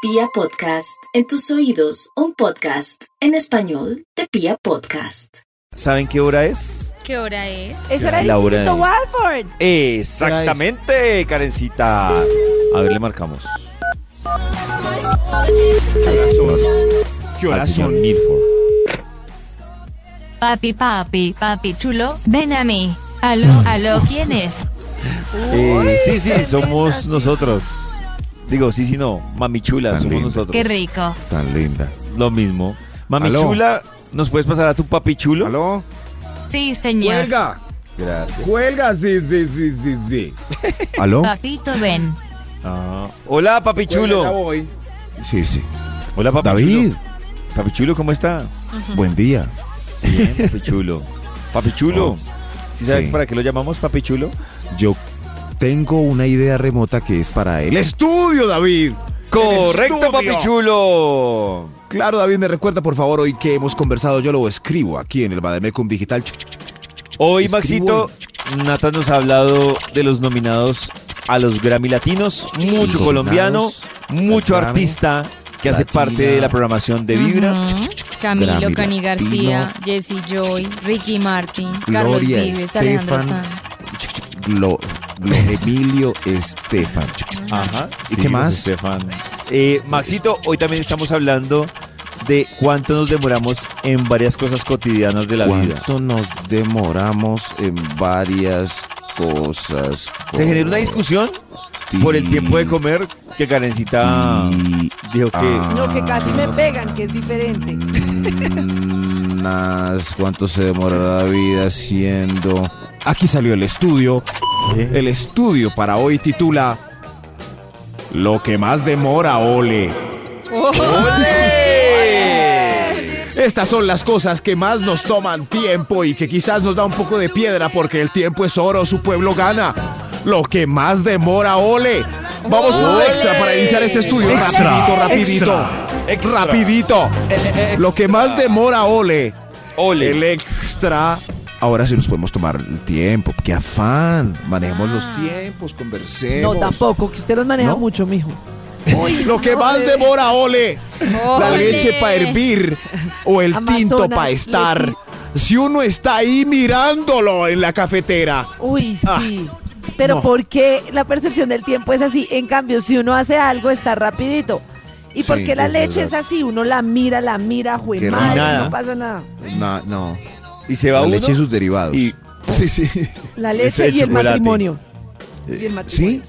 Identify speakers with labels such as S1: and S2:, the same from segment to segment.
S1: Pia Podcast, en tus oídos, un podcast en español de Pia Podcast.
S2: ¿Saben qué hora es?
S3: ¿Qué hora es?
S4: Es hora del
S2: La hora
S4: Instituto
S2: de-
S4: Walford.
S2: Exactamente, Karencita. A ver, le marcamos.
S5: ¿Qué
S2: Al
S5: horas
S2: señor
S5: son? Eh,
S2: Milford.
S6: Papi, papi, papi chulo, ven a mí. Aló,
S5: Mm.
S6: aló, ¿quién es?
S2: Eh, sí, sí, somos nosotros. Digo, sí, sí, no. Mami Chula,
S5: Tan
S2: somos
S5: linda.
S2: nosotros.
S6: Qué rico.
S5: Tan linda.
S2: Lo mismo. Mami
S5: Aló.
S2: Chula, ¿nos puedes pasar a tu papi chulo?
S5: ¿Aló?
S6: Sí, señor.
S5: ¡Cuelga!
S2: Gracias.
S5: ¡Cuelga! Sí, sí, sí, sí, sí. ¿Aló?
S6: Papito, ven.
S2: Ah, Hola, papi chulo.
S5: Sí, sí.
S2: Hola, papi
S5: David,
S2: chulo. Papi chulo, ¿cómo está?
S5: buen día.
S2: Bien, papi chulo. Papi chulo.
S5: Oh,
S2: ¿Sí sabes
S5: sí.
S2: para qué lo llamamos papi chulo?
S5: Yo tengo una idea remota que es para él. estudio, David!
S2: Correcto, papi chulo.
S5: Claro, David, me recuerda, por favor, hoy que hemos conversado, yo lo escribo aquí en el Bademecum Digital.
S2: Hoy,
S5: Escribo
S2: Maxito, Nata nos ha hablado de los nominados a los Grammy Latinos. Mucho
S5: Nominados
S2: colombiano, mucho
S5: al Grammy
S2: artista que hace
S5: Latina.
S2: parte de la programación de Vibra.
S6: Mm.
S3: Ujú. Camilo,
S5: Grammy
S3: Cani
S5: Latino.
S3: García, Jesse Joy, Ricky Martin, Carlos
S5: Gloria
S3: Vives, Alejandro
S5: Estefan.
S3: Sanz.
S5: Glo- Glo- Emilio Estefan.
S2: Ajá.
S5: ¿Y qué más?
S2: José Estefan. Eh, Maxito, hoy también estamos hablando de cuánto nos demoramos en varias cosas cotidianas de la vida.
S5: ¿Cuánto nos demoramos en varias cosas?
S2: Se generó una discusión por el tiempo de comer que Karencita
S5: Y-
S2: dijo que...
S5: Ah.
S4: No, que casi me pegan, que es diferente.
S5: Nas, ¿Cuánto se demora la vida haciendo? Aquí salió el estudio. El estudio para hoy titula Lo que más demora, Ole. Estas son las cosas que más nos toman tiempo y que quizás nos da un poco de piedra porque el tiempo es oro, su pueblo gana. Lo que más demora, ole. Vamos con un extra para iniciar este estudio.
S2: Extra, Eh,
S5: rapidito, rapidito. Rapidito. Lo que más demora, ole.
S2: Ole.
S5: El extra. Ahora sí nos podemos tomar el tiempo. ¡Qué afán! Manejemos los tiempos, conversemos.
S4: Ah. No, tampoco, que usted los maneja
S5: ¿No?
S4: mucho, mijo.
S5: Lo que más demora, ole. La
S3: Ole.
S5: leche para hervir o el
S4: Amazonas,
S5: tinto para estar.
S4: leche.
S5: Si uno está ahí mirándolo en la cafetera.
S4: Uy,
S5: Ah,
S4: sí. Pero
S5: no.
S4: ¿por qué la percepción del tiempo es así? En cambio, si uno hace algo, está rapidito. ¿Y
S5: Sí,
S4: por qué la
S5: es
S4: leche
S5: verdad.
S4: es así? Uno la mira, la mira, jue
S5: Qué
S4: madre,
S2: raro.
S4: no pasa nada.
S5: No, no.
S2: Y se va uno
S5: sus derivados.
S2: y
S5: Sí, sí.
S4: La
S2: Ese
S4: leche y el
S2: chocolate.
S4: matrimonio.
S5: Eh, Sí,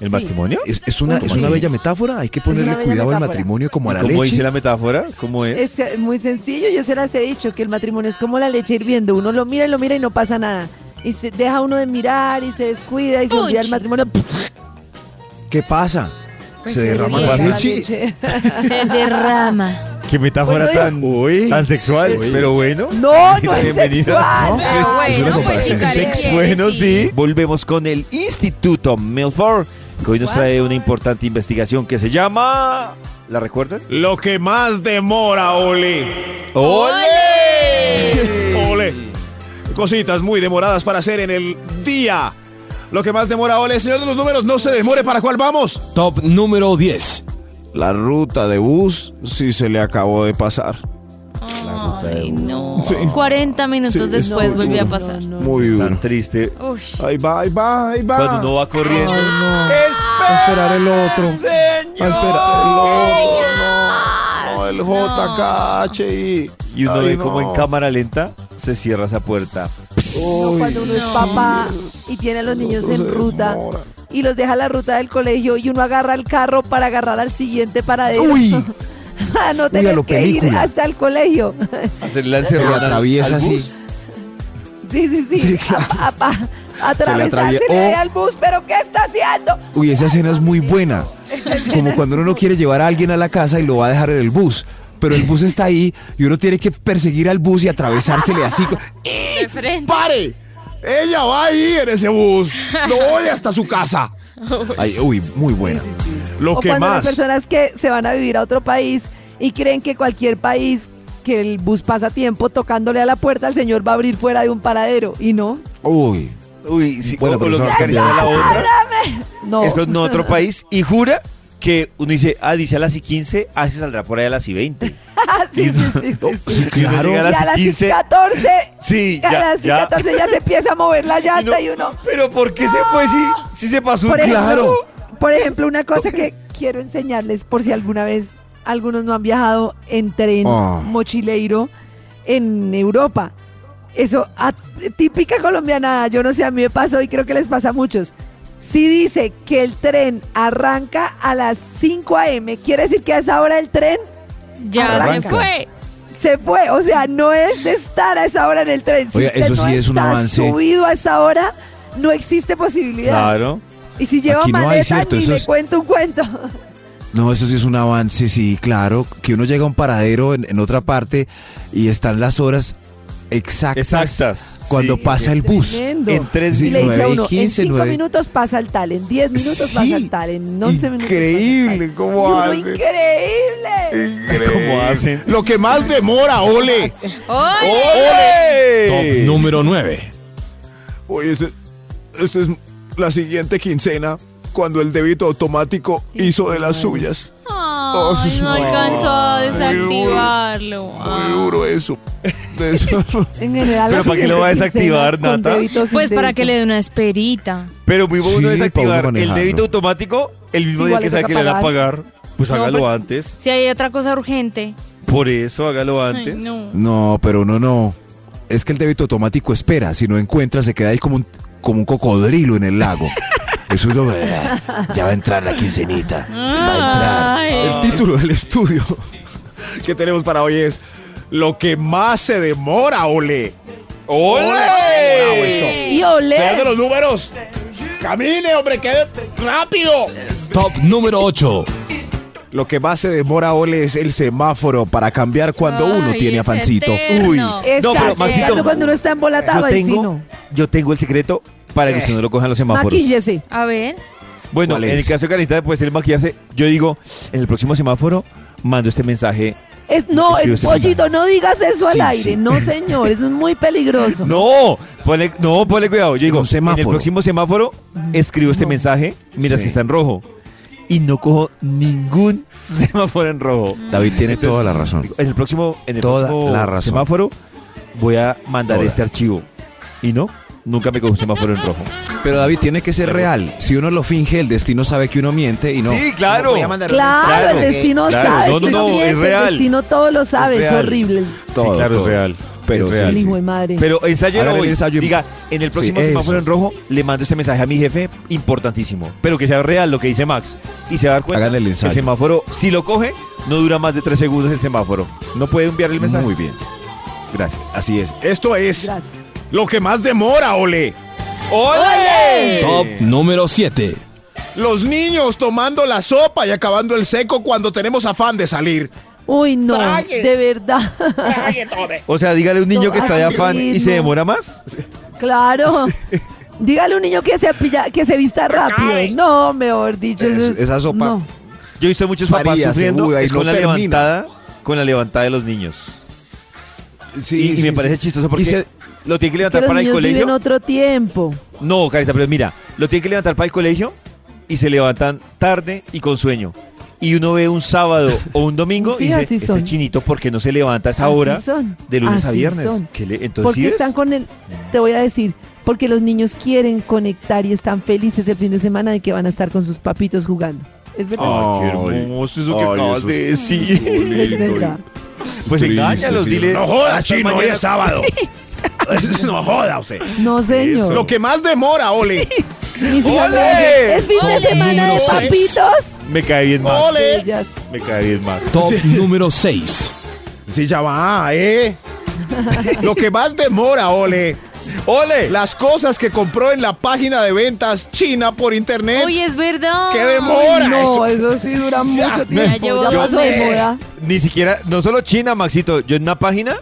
S2: el matrimonio.
S5: es, es una, es una
S4: Sí.
S5: bella metáfora. Hay que
S4: una
S5: ponerle
S4: bella
S5: cuidado al
S4: metáfora.
S5: matrimonio como a la
S2: ¿Cómo
S5: leche.
S2: dice la metáfora? ¿Cómo es?
S4: Es que es muy sencillo, yo se las he dicho, que el matrimonio es como la leche hirviendo. Uno lo mira y lo mira y no pasa nada. Y se deja uno de mirar y se descuida y se olvida el
S3: Puch.
S4: matrimonio.
S5: ¿Qué pasa? se derrama
S2: Pues sí,
S5: la
S2: la
S5: leche.
S3: Se derrama.
S2: Qué metáfora
S4: Bueno, Pues
S2: tan,
S5: Uy.
S2: tan sexual,
S5: Uy.
S2: pero bueno.
S4: No, no es
S2: Bienvenido.
S4: sexual.
S5: No,
S3: Pero
S5: es una
S3: bueno, pues si
S5: comparación.
S3: Karen
S5: Sex,
S3: quiere,
S2: Bueno, sí. Volvemos con el Instituto Milford, que hoy nos trae una importante investigación que se llama... ¿La recuerdan?
S7: Lo que más demora, Ole.
S2: ¡Ole!
S7: Ole. Cositas muy demoradas para hacer en el día. Lo que más demora, Ole. Señor de los números, no se demore. ¿Para cuál vamos?
S8: Top número 10.
S5: La ruta de bus sí se le acabó de pasar.
S3: Ay, no.
S5: pues. Sí.
S3: 40 minutos
S5: Sí, Ah.
S3: después
S5: no,
S3: volvió a
S5: no,
S3: pasar.
S5: Muy
S2: Es
S5: duro.
S2: tan triste
S3: Uy.
S5: Ahí va, ahí va, ahí va.
S2: cuando uno va corriendo.
S5: Ay, no.
S2: ¡Espera,
S5: A esperar el otro.
S2: señor!
S5: A esperar el otro. No, no, el JKHI.
S2: Y uno
S5: Ay,
S2: ve
S5: no.
S2: como en cámara lenta se cierra esa puerta.
S4: No, cuando uno es papá y tiene a los niños en ruta y los deja a la ruta del colegio y uno agarra el carro para agarrar al siguiente paradero.
S5: Uy.
S4: Para no
S5: Uy, a
S4: tener
S5: lo
S4: que ir
S5: película.
S4: hasta el colegio.
S2: Hacer la
S5: Se le
S2: encerrona
S5: atraviesa
S2: al
S5: así.
S2: bus.
S4: Sí, sí, sí.
S5: Sí, claro.
S4: A- a- a-
S5: atravie-
S4: Atravesársele
S5: o-
S4: al bus, pero ¿qué está haciendo?
S5: Uy, esa escena es muy buena. Como cuando uno no quiere llevar a alguien a la casa y lo va a dejar en el bus. Pero el bus está ahí y uno tiene que perseguir al bus y atravesársele así. co-
S3: De frente.
S7: ¡Pare! Ella va ahí en ese bus. No voy hasta su casa.
S5: Ay, uy, muy buena.
S7: Lo
S4: o
S7: que
S4: cuando
S7: más.
S4: las personas que se van a vivir a otro país y creen que cualquier país que el bus pasa tiempo tocándole a la puerta, el señor va a abrir fuera de un paradero. Y no,
S5: Uy.
S2: Uy, si
S5: Bueno,
S2: o- o
S5: pero
S2: lo
S5: eso
S2: que
S5: va a
S2: Karen está en la otra
S4: no.
S2: es con otro país y jura que uno dice, ah, dice a las y 15, ah, se saldrá por ahí a las y 20.
S4: Ah, sí, sí, sí, sí, sí.
S2: sí, claro.
S4: Y
S2: a las
S4: a las
S2: 15.
S4: 14,
S2: Sí,
S4: a
S2: ya,
S4: las
S2: ya.
S4: 14 ya se empieza a mover la
S2: Y uno,
S4: llanta y uno...
S2: Pero ¿por qué se fue si, si se pasó?
S4: Por ejemplo,
S2: claro.
S4: por ejemplo, una cosa que quiero enseñarles por si alguna vez algunos no han viajado en tren
S5: Ah.
S4: mochileiro en Europa. Eso, a- típica colombiana, yo no sé, a mí me pasó y creo que les pasa a muchos. Si dice que el tren arranca a las 5 a.m., quiere decir que a esa hora el tren
S3: Ya
S5: Arranca.
S3: se fue.
S4: se fue. O sea, no es estar a esa hora en el tren. Si
S5: Oiga,
S4: usted
S5: eso
S4: no
S5: sí es un
S4: está
S5: avance.
S4: subido a esa hora, no existe posibilidad.
S2: Claro.
S4: Y si lleva
S5: Aquí no hay,
S4: maleta,
S5: ¿cierto?
S4: ni
S5: Eso
S4: le
S5: es-
S4: cuento un cuento.
S5: No, eso sí es un avance, sí, claro. Que uno llega a un paradero en, en otra parte y están las horas exactas,
S2: Exactas.
S5: cuando
S2: sí.
S5: pasa el bus.
S4: Tremendo.
S2: En tres
S4: y le dice a
S5: nueve y
S4: uno,
S5: quince,
S4: en 5
S5: nueve.
S4: minutos pasa el tal, en 10 minutos
S5: Sí,
S4: pasa el tal, en 11 minutos.
S5: increíble, ¿cómo
S4: pasa el
S5: hace?
S4: tal. Y uno, Increíble.
S2: ¿Cómo hacen?
S5: Lo que más demora, ole. Oh.
S3: ¡Ay!
S2: ¡Ole!
S8: Top número 9.
S7: Oye, este- esta es la siguiente quincena cuando el débito automático hizo de las suyas.
S5: Oh,
S3: Ay, no alcanzó a desactivarlo.
S7: Muy duro eso. De eso.
S4: En general,
S2: Pero
S4: la
S2: ¿para qué lo
S4: siguiente
S2: va a desactivar,
S4: quincena con
S2: Nata?
S4: débito o sin
S3: Pues para
S4: débito.
S3: que le dé una esperita.
S2: Pero muy bueno
S5: Sí,
S2: es activar
S5: para uno
S2: el
S5: manejarlo.
S2: débito automático el mismo
S4: Sí,
S2: día
S4: igual
S2: que
S4: le
S2: sabe
S4: toca
S2: que le van a
S4: pagar.
S2: pagar. Pues
S3: No,
S2: hágalo
S3: pero-
S2: antes.
S3: Si hay otra cosa urgente.
S2: Por eso hágalo
S3: Ay,
S2: antes.
S3: no.
S5: No, pero no, no. Es que el débito automático espera. Si no encuentra, se queda ahí como un, como un cocodrilo en el lago. Eso es lo que- Ya va a entrar la quincenita. Va a entrar.
S3: Ay.
S7: El título del estudio que tenemos para hoy es Lo que más se demora, ole. Bravo esto.
S4: Y ole.
S7: Señor de los números. Camine, hombre, quede rápido.
S8: Top número 8.
S7: Lo que más se demora, ole, es el semáforo para cambiar cuando uno
S3: Ay,
S7: tiene
S3: es
S7: a Pancito.
S3: eterno.
S2: Uy.
S4: Exacto,
S2: No, pero, Maxito,
S4: exacto, cuando uno está embolatado,
S2: Yo
S4: ahí sí
S2: tengo,
S4: no.
S2: yo tengo el secreto para
S4: Eh.
S2: que usted no lo cojan los semáforos.
S4: Maquíllese.
S3: A ver.
S2: Bueno,
S5: ¿Cuál
S2: en el
S5: es?
S2: caso de Carita puede ser maquillarse. Yo digo, en el próximo semáforo mando este mensaje.
S4: Es, no,
S2: Sí,
S4: el
S2: sí, sí.
S4: pollito, no digas eso
S5: Sí,
S4: al aire.
S5: sí.
S4: No, señor, eso es muy peligroso.
S2: No, ponle, no, ponle cuidado. Yo digo,
S5: Un
S2: en
S5: semáforo.
S2: el próximo semáforo escribo este mensaje, mira
S5: Sí.
S2: si está en rojo. Y no cojo ningún semáforo en rojo.
S5: Mm. David tiene
S2: Entonces,
S5: toda la razón.
S2: digo, En el próximo, en el
S5: Toda
S2: próximo
S5: la razón.
S2: semáforo voy a mandar
S5: Toda.
S2: este archivo. Y no, nunca me cojo un semáforo en rojo.
S5: Pero David tiene que ser real. Si uno lo finge, el destino sabe que uno miente y no.
S2: claro.
S4: Claro,
S2: Claro,
S4: el destino
S2: claro.
S4: sabe.
S2: No, no,
S4: el
S2: no, es
S4: destino miente,
S2: real.
S4: El destino todo lo sabe, es,
S2: real.
S4: horrible.
S5: Todo,
S2: sí, claro,
S5: todo.
S2: es real.
S5: Pero
S2: es
S5: sí,
S2: real.
S4: el
S5: sí.
S4: hijo de madre.
S2: Pero ensayen
S5: Hagan el
S2: hoy.
S5: ensayo en-
S2: Diga, en el próximo
S5: Sí,
S2: semáforo
S5: eso.
S2: en rojo le mando este mensaje a mi jefe, importantísimo. Pero que sea real lo que dice Max. Y se va a dar cuenta
S5: Hagan el
S2: que
S5: ensayo.
S2: el semáforo, si lo coge, no dura más de tres segundos el semáforo. No puede enviar el mensaje.
S5: Muy bien.
S2: Gracias.
S5: Así es.
S7: Esto es
S4: Gracias.
S7: Lo que más demora, ole.
S2: ¡Ole!
S8: Top número 7.
S7: Los niños tomando la sopa y acabando el seco cuando tenemos afán de salir.
S4: Uy, no, de verdad.
S2: O sea, dígale a un niño que está de
S4: Así
S2: afán y se
S4: mismo.
S2: demora más.
S4: claro. Dígale a un niño que se, apilla- que se vista rápido. No, mejor dicho. eso
S5: Eso-
S4: es-
S5: esa sopa.
S4: no.
S2: Yo he visto muchos papás
S5: María,
S2: sufriendo
S5: segura, y
S2: es
S5: no
S2: con la
S5: termina.
S2: levantada, con la levantada de los niños.
S5: Sí,
S2: y y
S5: sí,
S2: me
S5: sí.
S2: parece chistoso porque
S5: Y se-
S2: lo tiene que
S4: Que
S2: levantar
S4: los
S2: para el
S4: niños
S2: colegio.
S4: viven otro tiempo.
S2: No, Carita, pero mira, lo tienen que levantar para el colegio y se levantan tarde y con sueño. Y uno ve un sábado o un domingo
S4: Sí,
S2: y dice,
S4: así
S2: este
S4: son.
S2: chinito, ¿por qué no se levanta a esa
S4: Así
S2: hora
S4: son,
S2: de lunes a
S4: así
S2: viernes?
S4: son.
S2: ¿Qué le- Entonces, ¿sí
S4: Porque
S2: ves?
S4: están con el. Te voy a decir. Porque los niños quieren conectar y están felices el fin de semana de que van a estar con sus papitos jugando. Es verdad.
S2: Ay, qué hermoso eso que acabas de decir.
S4: es verdad.
S2: Pues engáñalos, dile.
S7: No joda,
S2: hasta
S7: chino, hoy
S2: mañana.
S7: es sábado. no joda usted.
S4: No, señor.
S7: Lo que más demora, ole.
S4: Mis hijas me
S2: ¡Ole!
S4: dicen, es fin de
S8: Top
S4: semana de
S8: número seis.
S4: papitos.
S2: Me cae bien más.
S7: Ole.
S4: Ellas.
S2: Me cae bien más.
S8: Top número 6.
S7: Sí, ya va, ¿eh? Lo que más demora, ole.
S2: ¡Ole!
S7: Las cosas que compró en la página de ventas china por internet.
S3: Oye, es verdad.
S7: ¡Qué demora!
S4: no,
S7: eso.
S4: eso. sí dura mucho tiempo.
S3: me- llevo
S4: ya
S3: dos
S4: pasó de
S3: meses.
S4: moda.
S2: Ni siquiera, no solo China, Maxito. Yo en una página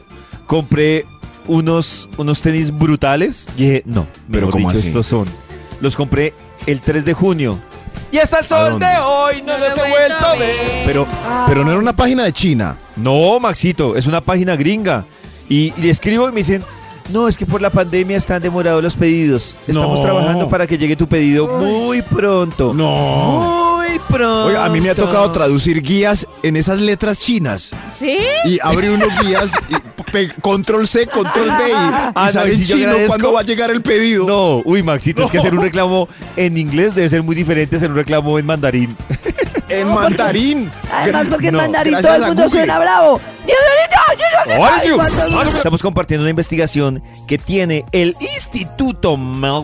S2: compré unos, unos tenis brutales. Y dije, no,
S5: Pero
S2: mejor
S5: ¿cómo
S2: dicho,
S5: así?
S2: estos son. Los compré el 3 de junio. Y hasta el sol
S5: dónde?
S2: de hoy no, los he vuelto a ver.
S5: Pero, pero no era una página de China.
S2: No, Maxito, es una página gringa. Y, y le escribo y me dicen, no, es que por la pandemia están demorados los pedidos. Estamos
S5: No.
S2: trabajando para que llegue tu pedido muy pronto.
S5: No.
S2: Muy muy pronto.
S7: Oiga, a mí me ha tocado traducir guías en esas letras chinas.
S3: ¿Sí?
S7: Y abre uno guías, y pe- control C, control B. Y, y
S2: no,
S7: sale
S2: y
S7: en
S2: si yo
S7: chino
S2: agradezco-
S7: cuándo va a llegar el pedido.
S2: No, uy, Maxito, es que hacer un reclamo en inglés debe ser muy diferente a hacer un reclamo en mandarín.
S7: En mandarín.
S4: Además,
S7: Gra-
S4: porque en
S7: no,
S4: mandarín todo
S7: gracias
S4: el
S7: a
S4: mundo
S7: Google.
S4: suena bravo. Dios mío, no, yo no me- Ay, cuando-
S2: Estamos compartiendo una investigación que tiene el Instituto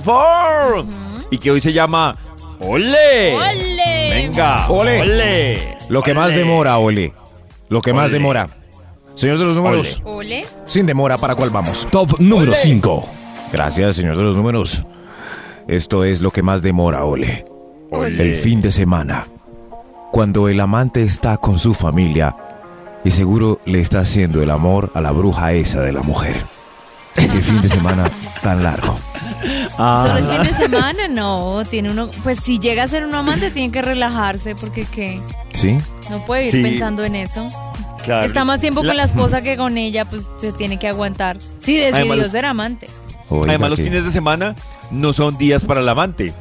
S2: Melbourne y que hoy se llama ¡Ole!
S3: ¡Ole!
S2: ¡Venga!
S7: Ole.
S2: ¡Ole!
S5: Lo que más
S2: Ole.
S5: demora, Ole. Lo que más
S2: Ole.
S5: demora. Señor de los números,
S3: Ole.
S5: sin demora, ¿para cuál vamos?
S8: Top número 5.
S5: Gracias, señor de los números. Esto es lo que más demora, Ole. El fin de semana. Cuando el amante está con su familia y seguro le está haciendo el amor a la bruja esa de la mujer. El fin de semana tan largo.
S2: Ah,
S3: Solo es fin de semana, no. Tiene uno, pues si llega a ser un amante, tiene que relajarse porque qué.
S5: ¿Sí?
S3: No puede ir
S2: Sí.
S3: pensando en eso.
S2: Claro.
S3: Está más tiempo
S2: La-
S3: con la esposa que con ella, pues se tiene que aguantar. Sí, decidió
S2: Además, los-
S3: ser amante.
S5: Oiga,
S2: Además, los
S5: que-
S2: fines de semana no son días para el amante,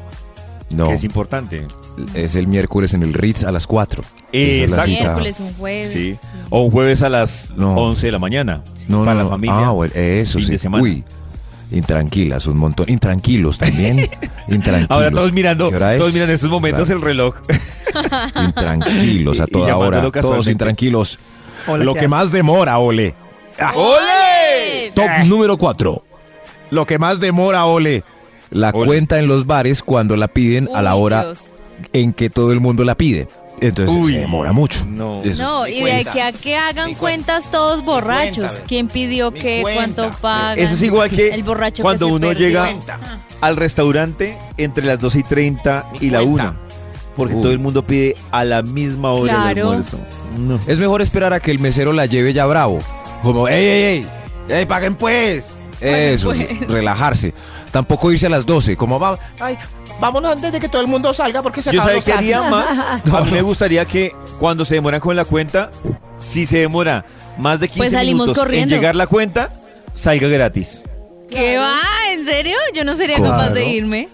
S5: No,
S2: que
S5: es,
S2: es importante.
S5: el miércoles en el Ritz a las 4. Esa es la
S2: Exacto.
S5: cita.
S3: Miércoles, un jueves.
S2: Sí. O un jueves a las
S5: No.
S2: 11 de la mañana.
S5: No, no,
S2: para la
S5: no.
S2: familia.
S5: Ah, bueno, eso
S2: fin
S5: sí.
S2: de semana.
S5: Uy, intranquilas, un montón. Intranquilos también. intranquilos.
S2: Ahora todos mirando,
S5: ¿Qué hora es?
S2: todos miran en estos momentos el reloj.
S5: Claro, Intranquilos a
S2: y
S5: toda
S2: llamándolo
S5: hora. Todos
S2: casualmente.
S5: intranquilos.
S2: Hola,
S5: lo
S2: ¿qué
S5: que más demora, Ole. Ah.
S3: ¡Ole!
S8: Top número 4.
S5: Lo que más demora, Ole. La
S2: Ole.
S5: cuenta en los bares cuando la piden a la
S3: Uy,
S5: hora
S3: Dios.
S5: en que todo el mundo la pide. Entonces
S2: Uy.
S5: se demora mucho.
S2: No.
S5: Eso.
S3: No, y de aquí a que hagan cuentas todos borrachos. ¿Quién pidió qué? ¿Cuánto pagan?
S2: Eso es igual que
S3: el borracho
S2: cuando
S3: que se
S2: uno
S3: perdió.
S2: llega al restaurante entre las 12 y 30 y la 1. Porque
S5: Uy.
S2: todo el mundo pide a la misma hora el
S3: Claro.
S2: almuerzo. No.
S5: Es mejor esperar a que el mesero la lleve ya bravo. Como, ¡ey, ey, ey! ¡Ey, paguen pues! Eso,
S3: pues.
S5: sí, relajarse. Tampoco irse a las 12. Como va.
S9: Ay, vámonos antes de que todo el mundo salga porque se
S2: Yo
S9: acaban
S2: sabía
S9: los
S2: que haría
S9: taxis.
S2: más. A mí me gustaría que cuando se demoran con la cuenta, si se demora más de 15
S3: Pues salimos
S2: minutos
S3: corriendo.
S2: en llegar la cuenta, salga gratis.
S3: ¿Qué va? ¿En serio? Yo no sería capaz de irme.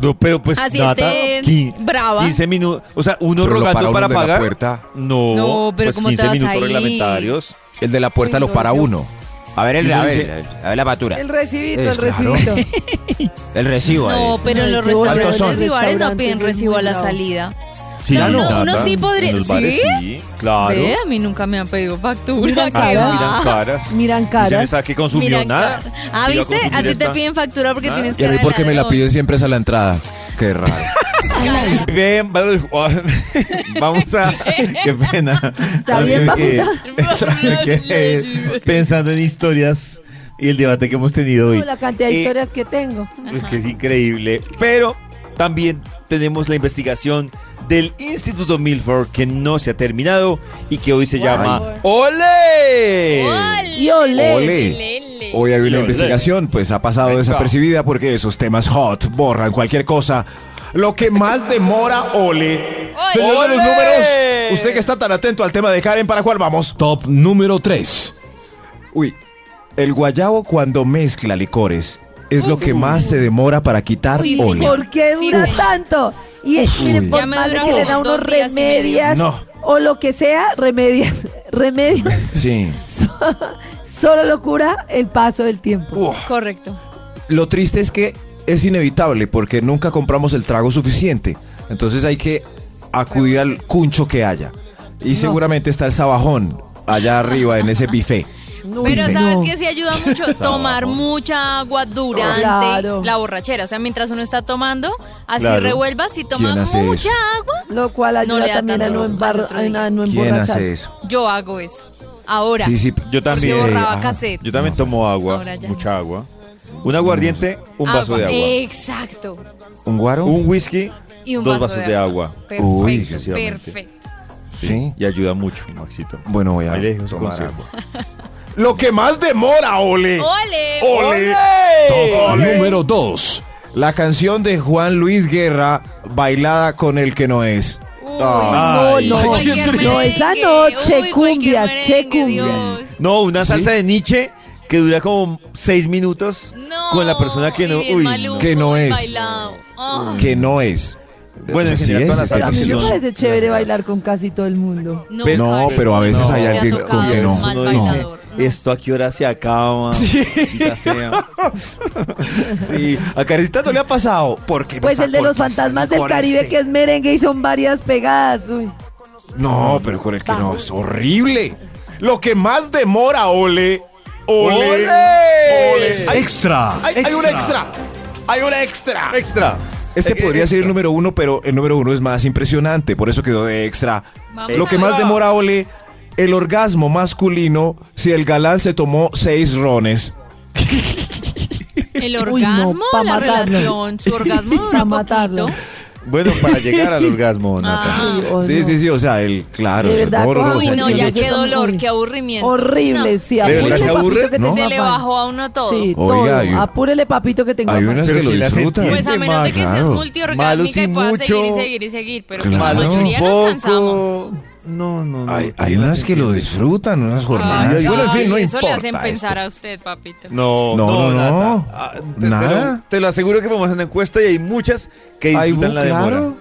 S2: No, pero pues
S3: Así
S2: nada,
S3: esté
S2: qui-
S3: brava.
S2: 15 minutos, o sea, uno
S5: Pero lo para
S2: rogando
S5: uno
S2: para
S5: de la
S2: pagar.
S5: puerta.
S2: No,
S3: No, pero
S2: pues
S3: ¿cómo te
S2: 15
S3: vas
S2: minutos
S3: ahí?
S2: reglamentarios.
S5: El de la puerta
S3: Uy,
S5: lo
S3: no,
S5: para
S3: yo-
S5: uno.
S10: A ver, el,
S2: Y uno
S10: a ver,
S2: dice-
S10: a ver la factura.
S4: El recibito, el
S5: Es claro.
S4: recibito.
S10: El recibo.
S3: No, pues,
S10: eh.
S3: pero en los
S4: ¿Cuántos
S3: restaurantes
S4: son?
S3: y bares no
S4: Restaurantes,
S3: piden
S4: es
S3: recibo
S4: muy
S3: a la
S4: bravo.
S3: salida. O sea,
S2: la
S3: uno,
S2: nota,
S3: uno sí podría.
S2: en los bares,
S3: ¿Sí?
S2: sí, claro. Ah,
S3: Ve, A mí nunca me han pedido factura.
S4: Miran
S3: ¿Qué
S4: caras.
S3: va?
S2: Miran caras.
S4: Miran
S2: Dicen,
S4: caras.
S2: ¿Está que consumió
S3: Miran
S2: nada?
S3: caras. Ah,
S2: Iba
S3: ¿viste?
S2: consumir
S3: A ti te
S2: esta.
S3: piden factura porque
S2: Nada.
S3: tienes que
S5: Y a mí porque me la
S3: piden.
S5: piden siempre es a la entrada. Qué raro.
S2: Ven, vamos a. Qué pena.
S4: Está bien,
S2: que-
S3: papita.
S2: que- Pensando en historias y el debate que hemos tenido hoy.
S4: La cantidad de
S2: Eh,
S4: historias que tengo.
S2: Pues que es increíble. Pero también tenemos la investigación del Instituto Milford que no se ha terminado y que hoy se llama ¡Ole!
S4: Y olé.
S5: Ole. Hoy hay una
S2: Ole.
S5: investigación, pues ha pasado
S2: Venga.
S5: desapercibida porque esos temas hot borran cualquier cosa.
S7: Lo que más demora, Ole. Señor de los
S2: ¡Ole!
S7: números, usted que está tan atento al tema de Karen, ¿para cuál vamos?
S8: Top número 3.
S5: Uy, el guayabo cuando mezcla licores es lo que más se demora para quitar
S3: Sí,
S5: ole.
S3: señor.
S4: ¿Por qué
S3: Sí,
S4: dura
S3: güey.
S4: tanto? Y es que
S5: Uy.
S3: Ya
S4: por
S3: me
S4: más de
S3: dura
S4: que le
S3: como
S4: da unos
S3: dos días y medio.
S4: remedias
S5: No.
S4: o lo que sea, remedias, remedios,
S5: Sí.
S4: so- solo lo cura el paso del tiempo.
S3: Correcto.
S5: Lo triste es que es inevitable porque nunca compramos el trago suficiente. Entonces hay que acudir al cuncho que haya. Y seguramente está el sabajón allá arriba en ese buffet.
S3: Pero
S5: sí.
S3: sabes que sí ayuda mucho tomar mucha agua durante
S4: Claro.
S3: la borrachera. O sea, mientras uno está tomando, así
S2: Claro.
S3: revuelvas y toma
S5: ¿Quién hace eso?
S3: mucha agua.
S4: Lo cual
S3: No
S4: ayuda
S3: le da
S4: también a
S3: tanto
S4: no, embar-
S3: al otro día.
S4: a no
S5: ¿Quién hace
S4: emborracharse.
S5: eso?
S3: Yo hago eso. Ahora.
S5: Sí, sí.
S2: Yo
S3: porque
S2: también.
S3: borraba
S5: ajá.
S3: cassette.
S2: Yo también tomo agua,
S3: Ahora ya Ah,
S2: mucha agua. Un aguardiente, un vaso de agua.
S3: Exacto.
S5: ¿Un guaro?
S2: Un whisky,
S3: Y un
S2: dos
S3: vaso
S2: vasos de agua.
S3: Perfecto,
S5: Uy,
S2: excesivamente.
S3: perfecto.
S5: Sí.
S2: Y ayuda mucho, Maxito.
S5: Bueno, voy a
S2: Ahí le dejo su
S5: tomar
S2: consejo.
S5: agua.
S7: Lo que más demora, Ole.
S3: ¡Ole!
S7: Ole.
S8: Top número 2.
S5: La canción de Juan Luis Guerra, bailada con el que no es.
S3: Uy,
S4: Ah,
S3: sí,
S4: no, no.
S3: cualquier
S4: Ay, qué
S3: merengue.
S4: esa no,
S3: Uy, cualquier
S4: checumbias,
S3: merengue,
S4: checumbias.
S3: Dios.
S2: No, una
S5: ¿Sí?
S2: salsa de Nietzsche que dura como seis minutos
S3: No,
S2: con la persona que no.
S3: y bien
S2: Uy,
S3: maluco,
S5: que no
S3: y
S5: es.
S3: bailado. Ah.
S5: Que no es.
S2: Bueno, en
S7: Sí,
S2: general,
S7: es,
S2: todas
S7: es,
S2: las
S4: A
S2: artes
S4: mí
S7: sí,
S4: me
S2: son-
S4: parece chévere bailar con casi todo el mundo.
S3: No,
S2: Pero-
S7: No,
S3: Karen,
S7: pero a veces
S3: no,
S7: hay
S3: me ha
S7: alguien
S3: tocado
S7: con que no.
S3: un mal
S2: Uno dice,
S3: bailador.
S2: Esto a qué hora se acaba. Sí.
S7: Sí, a Karencita no le ha pasado. Porque
S4: Pues el de los fantasmas del Caribe
S5: este.
S4: que es merengue y son varias pegadas. Uy.
S7: No, pero con el que no, es horrible. Lo que más demora, ole. Ole.
S2: ¡Ole!
S7: ole. Hay,
S8: Extra.
S7: hay, hay un extra. Hay un extra.
S2: Extra.
S7: Este
S2: Eh,
S7: podría ser el
S2: extra.
S7: número uno, pero el número uno es más impresionante, por eso quedó de extra.
S3: Vamos
S7: Lo que
S3: a
S7: más
S3: ver.
S7: demora, Ole, el orgasmo masculino si el galán se tomó seis rones.
S3: El
S4: Uy, no,
S3: orgasmo,
S4: pa'
S3: la
S4: matarlo.
S3: relación, su orgasmo dura
S4: Pa'
S3: poquito.
S4: matarlo.
S2: Bueno, para llegar al orgasmo, Nata.
S3: Ah.
S4: Uy, oh,
S7: sí,
S4: no.
S7: sí, sí, o sea, el claro.
S4: De
S7: o sea,
S4: verdad,
S7: no, no,
S4: ¿cómo?
S7: o
S3: Uy,
S7: sea,
S3: no,
S7: yo
S3: ya
S7: sé-
S3: qué dolor, qué aburrimiento.
S4: Horrible, sí.
S2: ¿De verdad
S4: Apúrele,
S2: se
S4: papito,
S2: aburre?
S4: que te
S7: No.
S4: zafan.
S3: Se le bajó a uno todo.
S4: Sí,
S7: Oiga,
S4: todo.
S7: hay un-
S4: Apúrele, papito, que te
S7: Hay
S4: engaman.
S7: unas
S2: Pero
S7: que lo
S2: ¿quién las
S7: disfrutan.
S2: entiende?
S3: Pues a menos de que seas
S7: Claro.
S2: Malos
S3: multiorgásmica
S2: y
S3: y puedas seguir
S2: mucho.
S3: y seguir y seguir, pero pues,
S7: Claro.
S3: la mayoría nos cansamos.
S2: No, no, no.
S7: Hay, hay unas que lo disfrutan, unas jornadas.
S3: Ay,
S7: Bueno, en fin, no
S3: eso le hacen
S7: importa
S3: pensar
S7: esto.
S3: a usted, papito.
S2: No,
S7: No, no, no.
S2: Nata. Ah, te- te,
S7: Nada.
S2: lo, te lo aseguro que vamos a hacer una encuesta y hay muchas que
S7: Ay,
S2: disfrutan la demora.
S7: claro.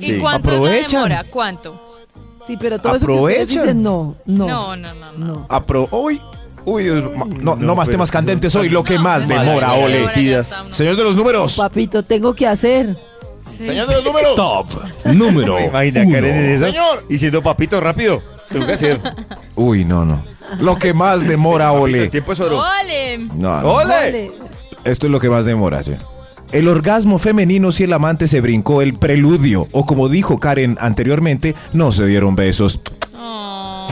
S2: Sí.
S3: ¿Y cuánto es
S7: Aprovechan.
S3: la demora? ¿Cuánto?
S4: Sí, pero todo eso que ustedes
S7: Aprovechan.
S4: dicen, no, no.
S3: No, no, no, no.
S4: no.
S7: Apro hoy. Uy, Dios, ma- no, no,
S2: No,
S7: más
S2: pero-
S7: temas candentes hoy, lo que
S3: No,
S7: más
S3: no,
S7: demora,
S3: no, no,
S7: Ole.
S3: no, ya está, no.
S7: Señor de los números.
S4: Papito, tengo que hacer.
S3: Sí.
S9: Señor de los números.
S8: Top número
S2: Imagina,
S8: uno.
S2: Karen en esas
S9: Señor.
S2: y siendo papito rápido. Tengo que hacer.
S7: Uy, no, no. Lo que más demora,
S2: El
S7: Ole.
S2: tiempo es oro.
S3: ¡Ole!
S7: No, no.
S2: ¡Ole!
S7: Esto es lo que más demora, sí. El orgasmo femenino si el amante se brincó el preludio. O como dijo Karen anteriormente, no se dieron besos.
S3: Oh.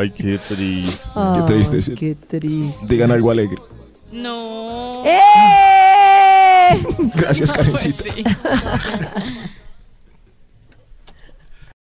S2: Ay, qué triste.
S4: Ay,
S7: triste, sí.
S4: Oh. Qué triste.
S7: Digan algo alegre.
S3: No.
S4: ¡Eh!
S7: Gracias,
S3: Pues assim.
S7: Karencita.
S3: sí.